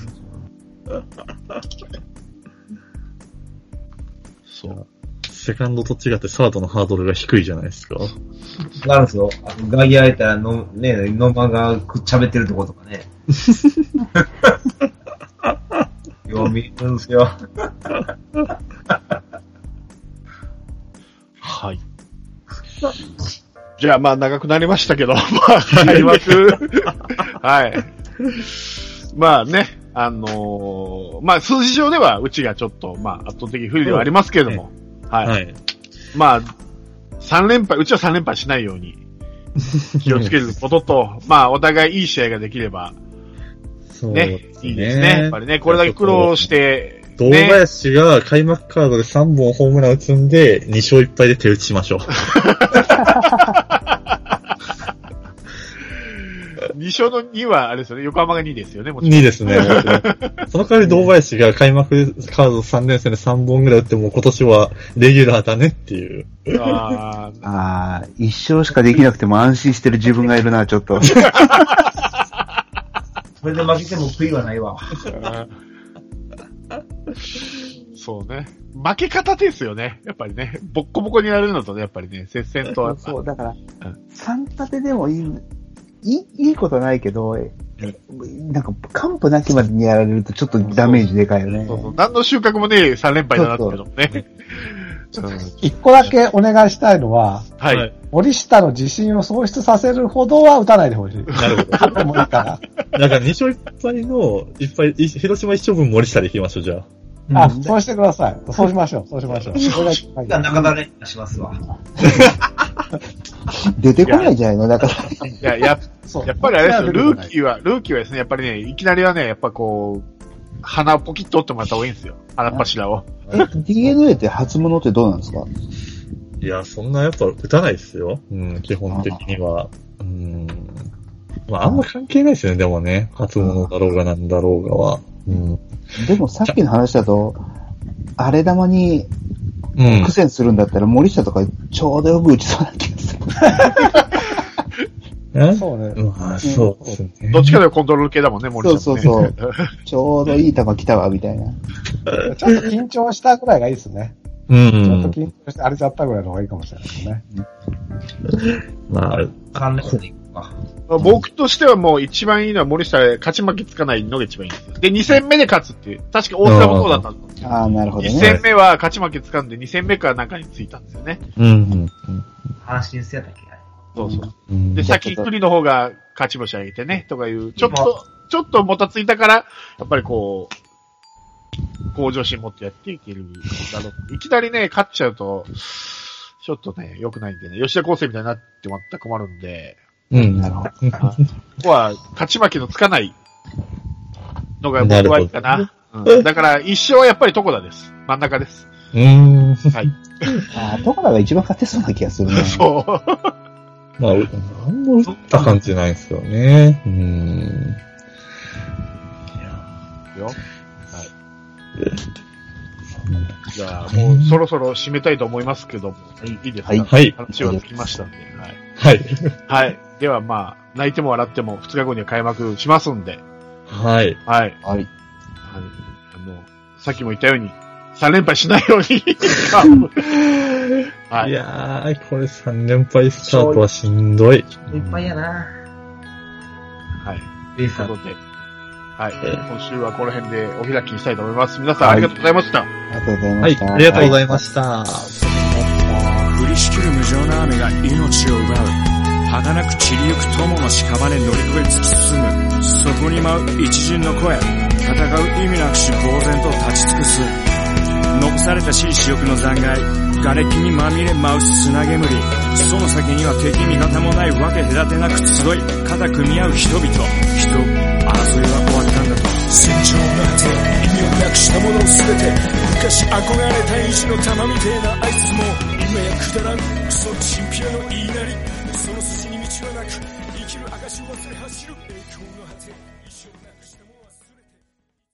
Speaker 2: そう。
Speaker 1: セカンドと違ってサードのハードルが低いじゃないですか。
Speaker 5: なるんですよ。あの外野やったらの、ね、野間がくっちゃべってるとことか ね。よう見るんですよ。
Speaker 2: はい。じゃあまあ長くなりました けど、まあ開 幕。はい。まあね、あのーまあ数字上ではうちがちょっと、まあ圧倒的不利ではありますけれども、はい。
Speaker 1: はい。
Speaker 2: まあ、3連敗、うちは3連敗しないように気をつけること と、まあお互いいい試合ができれば
Speaker 1: そう
Speaker 2: ね、いいですね。やっぱりね、これだけ苦労し。て、
Speaker 1: 堂
Speaker 2: ね、
Speaker 1: 林が開幕カードで3本ホームラン打つんで、2勝1敗で手打ちしましょう。
Speaker 2: 2勝の2はあれですよね、横浜が2ですよね、もちろん。
Speaker 1: 2です ね。その代わり堂林が開幕カード3連戦で3本ぐらい打ってもう今年はレギュラーだねっていう。
Speaker 2: あー
Speaker 3: ああ、一生しかできなくても安心してる自分がいるな、ちょっと。
Speaker 5: それで負けても悔いはないわ。
Speaker 2: そうね。負け方ですよね。やっぱりね。ボッコボコになれるのとね、やっぱりね、接戦とはやっぱ。
Speaker 3: そう、だから
Speaker 2: うん、
Speaker 3: 三立てでもいい、いい、いいことはないけど、なんか、完膚なきまでにやられるとちょっとダメージでかいよね。
Speaker 2: そうそう何の収穫もね、3連敗だなっていうのもね。うん
Speaker 4: 一個だけお願いしたいのは、
Speaker 2: はい。
Speaker 1: はい
Speaker 4: 森下の自信を喪失させるほどは打たないでほしい。
Speaker 1: なるほ
Speaker 4: 勝ってもいいから。
Speaker 1: ど。だから2勝1敗の、いっぱい、い広島一勝分森下でいきましょう、じゃあ。
Speaker 4: あ、そうしてください。そうしましょう。そうしましょう。それが一番いい
Speaker 5: 中田ね、しますわ。
Speaker 3: 出てこないじゃないのだから。
Speaker 2: いや、や
Speaker 4: そう
Speaker 2: やっぱりあれですよ、ルー
Speaker 4: ー。
Speaker 2: キーは、ルーキーはですね、やっぱりね、いきなりはね、やっぱこう、鼻をポキッと折ってもらった方がいいんですよ。鼻っ柱を。
Speaker 3: え、DNA って初物ってどうなんですか
Speaker 1: いや、そんなやっぱ打たないですよ。うん、基本的には。うん。まあ、あんま関係ないですよね、でもね。初物だろうがなんだろうがは。うん。
Speaker 3: でもさっきの話だと、荒れ玉に
Speaker 1: うん
Speaker 3: 苦。戦するんだったら森下とかちょうどよく打ちそうな気 がする。
Speaker 1: え
Speaker 4: そうね。
Speaker 1: まあ、そうですね。
Speaker 2: どっちかでコントロール系だもんね、森下
Speaker 3: そう
Speaker 2: もね。
Speaker 3: そう そちょうどいい球来たわ、みたいな。
Speaker 4: ちょっと緊張したぐらいがいいですね。
Speaker 1: う
Speaker 4: ちょっと
Speaker 1: ん。
Speaker 4: 緊張して荒れちゃったぐらいの方がいいかもしれないですね。
Speaker 1: まあ、
Speaker 5: 3連戦で行くか。
Speaker 2: 僕としてはもう一番いいのは森下で勝ち負けつかないのが一番いいんですよ。で、2戦目で勝つっていう。確か大津もそうだったんですよ。
Speaker 3: ああ、なるほど
Speaker 2: 1
Speaker 3: ね。
Speaker 2: 戦目は勝ち負けつかんで、2戦目から中についたんですよね。
Speaker 1: うん。
Speaker 5: 阪神戦やったっけ
Speaker 2: そうそう。
Speaker 1: うん
Speaker 2: で、
Speaker 3: じゃあ
Speaker 2: 先に栗の方が勝ち星上げてね、とかいう、ちょっと、ちょっともたついたから、やっぱりこう、向上心持ってやっていけるだろう。いきなりね、勝っちゃうと、ちょっとね、良くないんでね、吉田康生みたいになってもらったら困るんで、
Speaker 1: うん。
Speaker 3: なるほど。
Speaker 2: ここは勝ち負けのつかないのが僕はいいかな。うん、だから、一生はやっぱり床田です。真ん中です。
Speaker 1: うん。
Speaker 2: はい。
Speaker 3: ああ、トコダが一番勝てそうな気がするね。
Speaker 2: そう。
Speaker 1: まあ、うなんも打った感じないですよね。うん。
Speaker 2: よじゃあ、もうそろそろ締めたいと思いますけども、いいですか、
Speaker 3: はい
Speaker 1: はい。
Speaker 2: 話はつきましたんで。はい。
Speaker 1: はい。
Speaker 2: はい。ではまあ、泣いても笑っても2日後には開幕しますんで、
Speaker 1: はい。
Speaker 2: はい。
Speaker 3: はい。
Speaker 2: あの、あのさっきも言ったように、3連敗しないように。はいい。
Speaker 1: やー、これ3連敗スタートはしんどい。
Speaker 5: いっぱいやな。
Speaker 2: はい。
Speaker 5: ベー
Speaker 2: と
Speaker 5: ス
Speaker 2: いう
Speaker 5: は
Speaker 2: ことで、はい。
Speaker 1: え
Speaker 2: 今週はこの辺でお開きにしたいと思います。皆さんありがとうございました。
Speaker 3: ありがとうございま
Speaker 1: はい
Speaker 3: し、た。
Speaker 1: ありがとうございました。
Speaker 6: 降りしきる無情な雨が命を奪う儚く散りゆく友の屍乗り越え突き進む。そこに舞う一陣の声。戦う意味なくし呆然と立ち尽くす。残された死に死欲の残骸。瓦礫にまみれ舞う砂煙。その先には敵味方もないわけ隔てなく集い、肩組み合う人々。人、争いは終わったんだと。戦場なんて意味をなくしたものすべて。昔憧れた意地の玉みてえなあいつも、今やくだらん、クソチンピラの言いなり。その筋に道はなく、生きる証を忘れ走る栄光の果て。一生